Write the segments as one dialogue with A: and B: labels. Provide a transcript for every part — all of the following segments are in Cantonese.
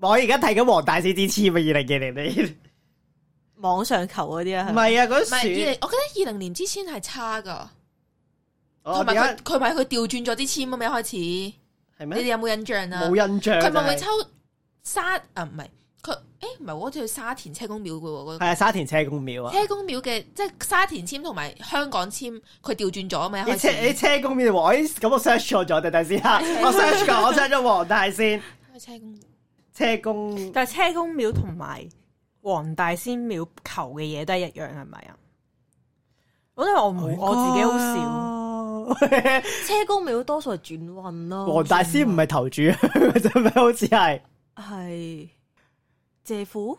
A: 我而家睇緊黃大仙之黐咪二零二零年，
B: 網上求嗰啲啊，
A: 唔
B: 係咪
A: 係啊嗰
C: 唔係二
A: 啲
C: 零，我記得二零年之前係差噶，
A: 我
C: 同埋
A: 哦點解
C: 佢佢咪佢調轉咗啲簽啊咩開始，你
A: 係
C: 哋
A: 咩？
C: 有冇印象啊？
A: 冇印象啊。
C: 佢咪會
A: 係
C: 抽沙啊？唔係佢誒唔係我好似去沙田車公廟嘅喎，嗰個
A: 係啊沙田車公廟啊！
C: 車公廟嘅即係沙田簽同埋香港簽，佢調轉咗啊嘛一
A: 你
C: 開
A: 車你
C: 始。
A: 車公廟喎，咦咁我 search 錯咗，等等先吓，我 search 過，我 search 咗黃大仙
C: 車公
A: 車公，
B: 但係車公廟同埋黃大仙廟求嘅嘢都係一樣，係咪啊？我因為我冇，我自己好少。
A: 少。
D: 車公廟多數係轉運咯。
A: 哦黃大仙唔係頭主，真係好似係
B: 係謝父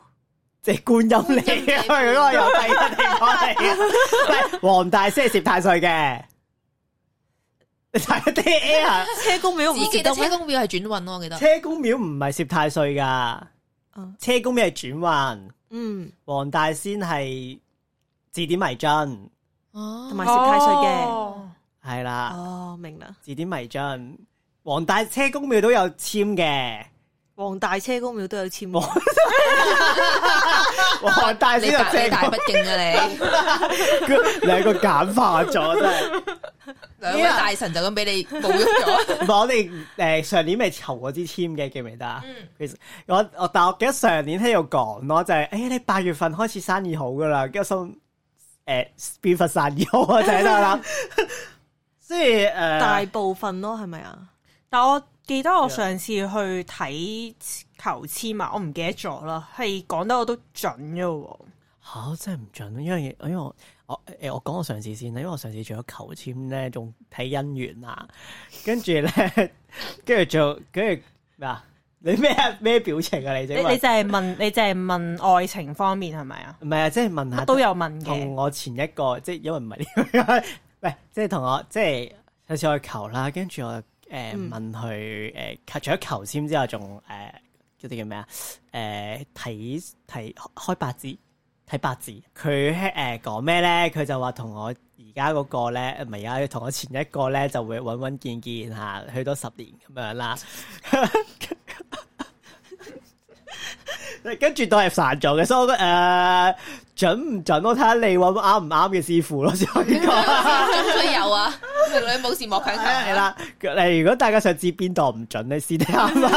A: 即係觀音嚟啊！佢嗰個又第二個地方嚟啊！黃大仙係攝太歲嘅，你睇啲 air。
B: 車公廟唔
C: 只記
B: 記
C: 得
B: 得
C: 車
B: 咩？
C: 公廟係轉運咯，我記得。
A: 車公廟唔係攝太歲噶，
B: 嗯
A: 車公廟係轉運，
D: 啊嗯，
A: 黃大仙係字典迷津，
C: 哦
D: 同埋攝太歲嘅。
B: 哦
A: 係啦，
D: 哦，明啦。
A: 字典迷津。黃大車公廟都有簽 嘅，
D: 黃大車公廟都有簽名。
A: 黃大
C: 你
A: 仙就
C: 大你
A: 車
C: 大
A: 公
C: 不敬啊 你，
A: 廟，兩個簡化咗真係。
C: 兩
A: 啊
C: 位大神就咁俾你侮 辱咗。
A: 唔係我哋誒上年咪籌嗰支簽嘅，記唔記得啊？
C: 嗯
A: 其實我我但我記得上年喺度講咯，就係、誒、你八月份開始生意好噶啦，跟住我心誒邊份生意好啊？就喺度諗， 即係誒、
D: 大部分咯，係咪啊？
B: 但我記得
A: 啊
B: 我上次去睇求籤啊嘛，我唔記得咗啦，係講得我都準嘅喎。
A: 嚇、我真係唔準，啊因為因為我我誒我講我上次先啦，因為我上次做咗求籤咧，仲睇姻緣啊，跟住咧，跟住做跟住咩啊？你咩咩表情啊？你
B: 你
A: 整
B: 你就 係問，你就係問愛情方面係咪啊？
A: 唔係啊？即係問下
B: 都有問
A: 同
B: 嘅，
A: 我前一個，即係因為唔係呢個， 喂，即係同我即係有次我去求啦，跟住我誒、呃
D: 嗯
A: 問佢誒、求除咗求籤之後，仲誒嗰啲叫咩啊？誒睇睇開八字。睇八字，佢誒講咩咧？佢就話同我而家嗰個咧，唔係而家同我前一個咧，就會穩穩健健嚇，去到十年咁樣啦。 跟住都係散咗嘅，所以我覺得誒、呃準唔準我睇下你揾啱唔啱嘅師傅咯，先可以講。
C: 咁佢有啊，明女冇事莫強求 啊
A: 係。啦，誒如果大家想知邊度唔準，你試睇下 啦。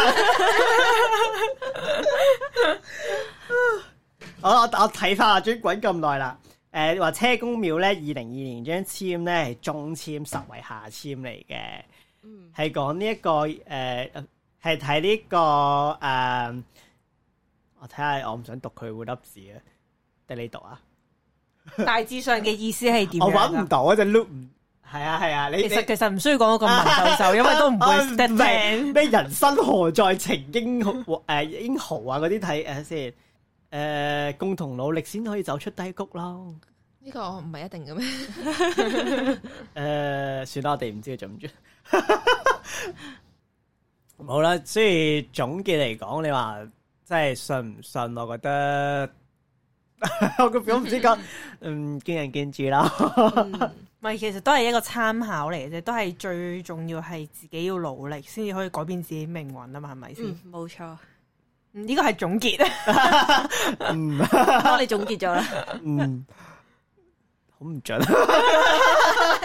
A: 我我我睇翻阿專滾咁耐啦。誒話車公廟咧，二零二年張籤咧係中籤，實為下籤嚟嘅。係講呢一個誒，係睇呢個誒、我睇下我唔想讀佢會粒字啊，定你讀啊？
B: 大致上嘅意思係點
A: 我揾
B: 樣
A: 唔
B: 啊？
A: 到啊，只 loop 唔係啊係啊，你
B: 其
A: 你
B: 實其實唔需要講到咁文縐縐，因為都唔
A: 啊
B: 會得
A: 唔係
B: 聽。
A: 咩人生何在情英雄誒英豪 啊嗰啲睇誒先誒共同努力先可以走出低谷咯。
C: 呢個唔係一定嘅咩？
A: 誒、呃算啦，我哋唔知佢準唔準。 好啦，所以總結嚟講，你話即係信唔信？我覺得 我個表唔知講，嗯，見仁見智啦。
D: 嗯
B: 唔係，其實都係一個參考嚟嘅啫，都係最重要係自己要努力先至可以改變自己命運啊嘛，係咪先？
D: 嗯，冇錯。
B: 嗯呢個係總結。
D: 幫你總結咗啦。
A: 啊嗯，好唔準。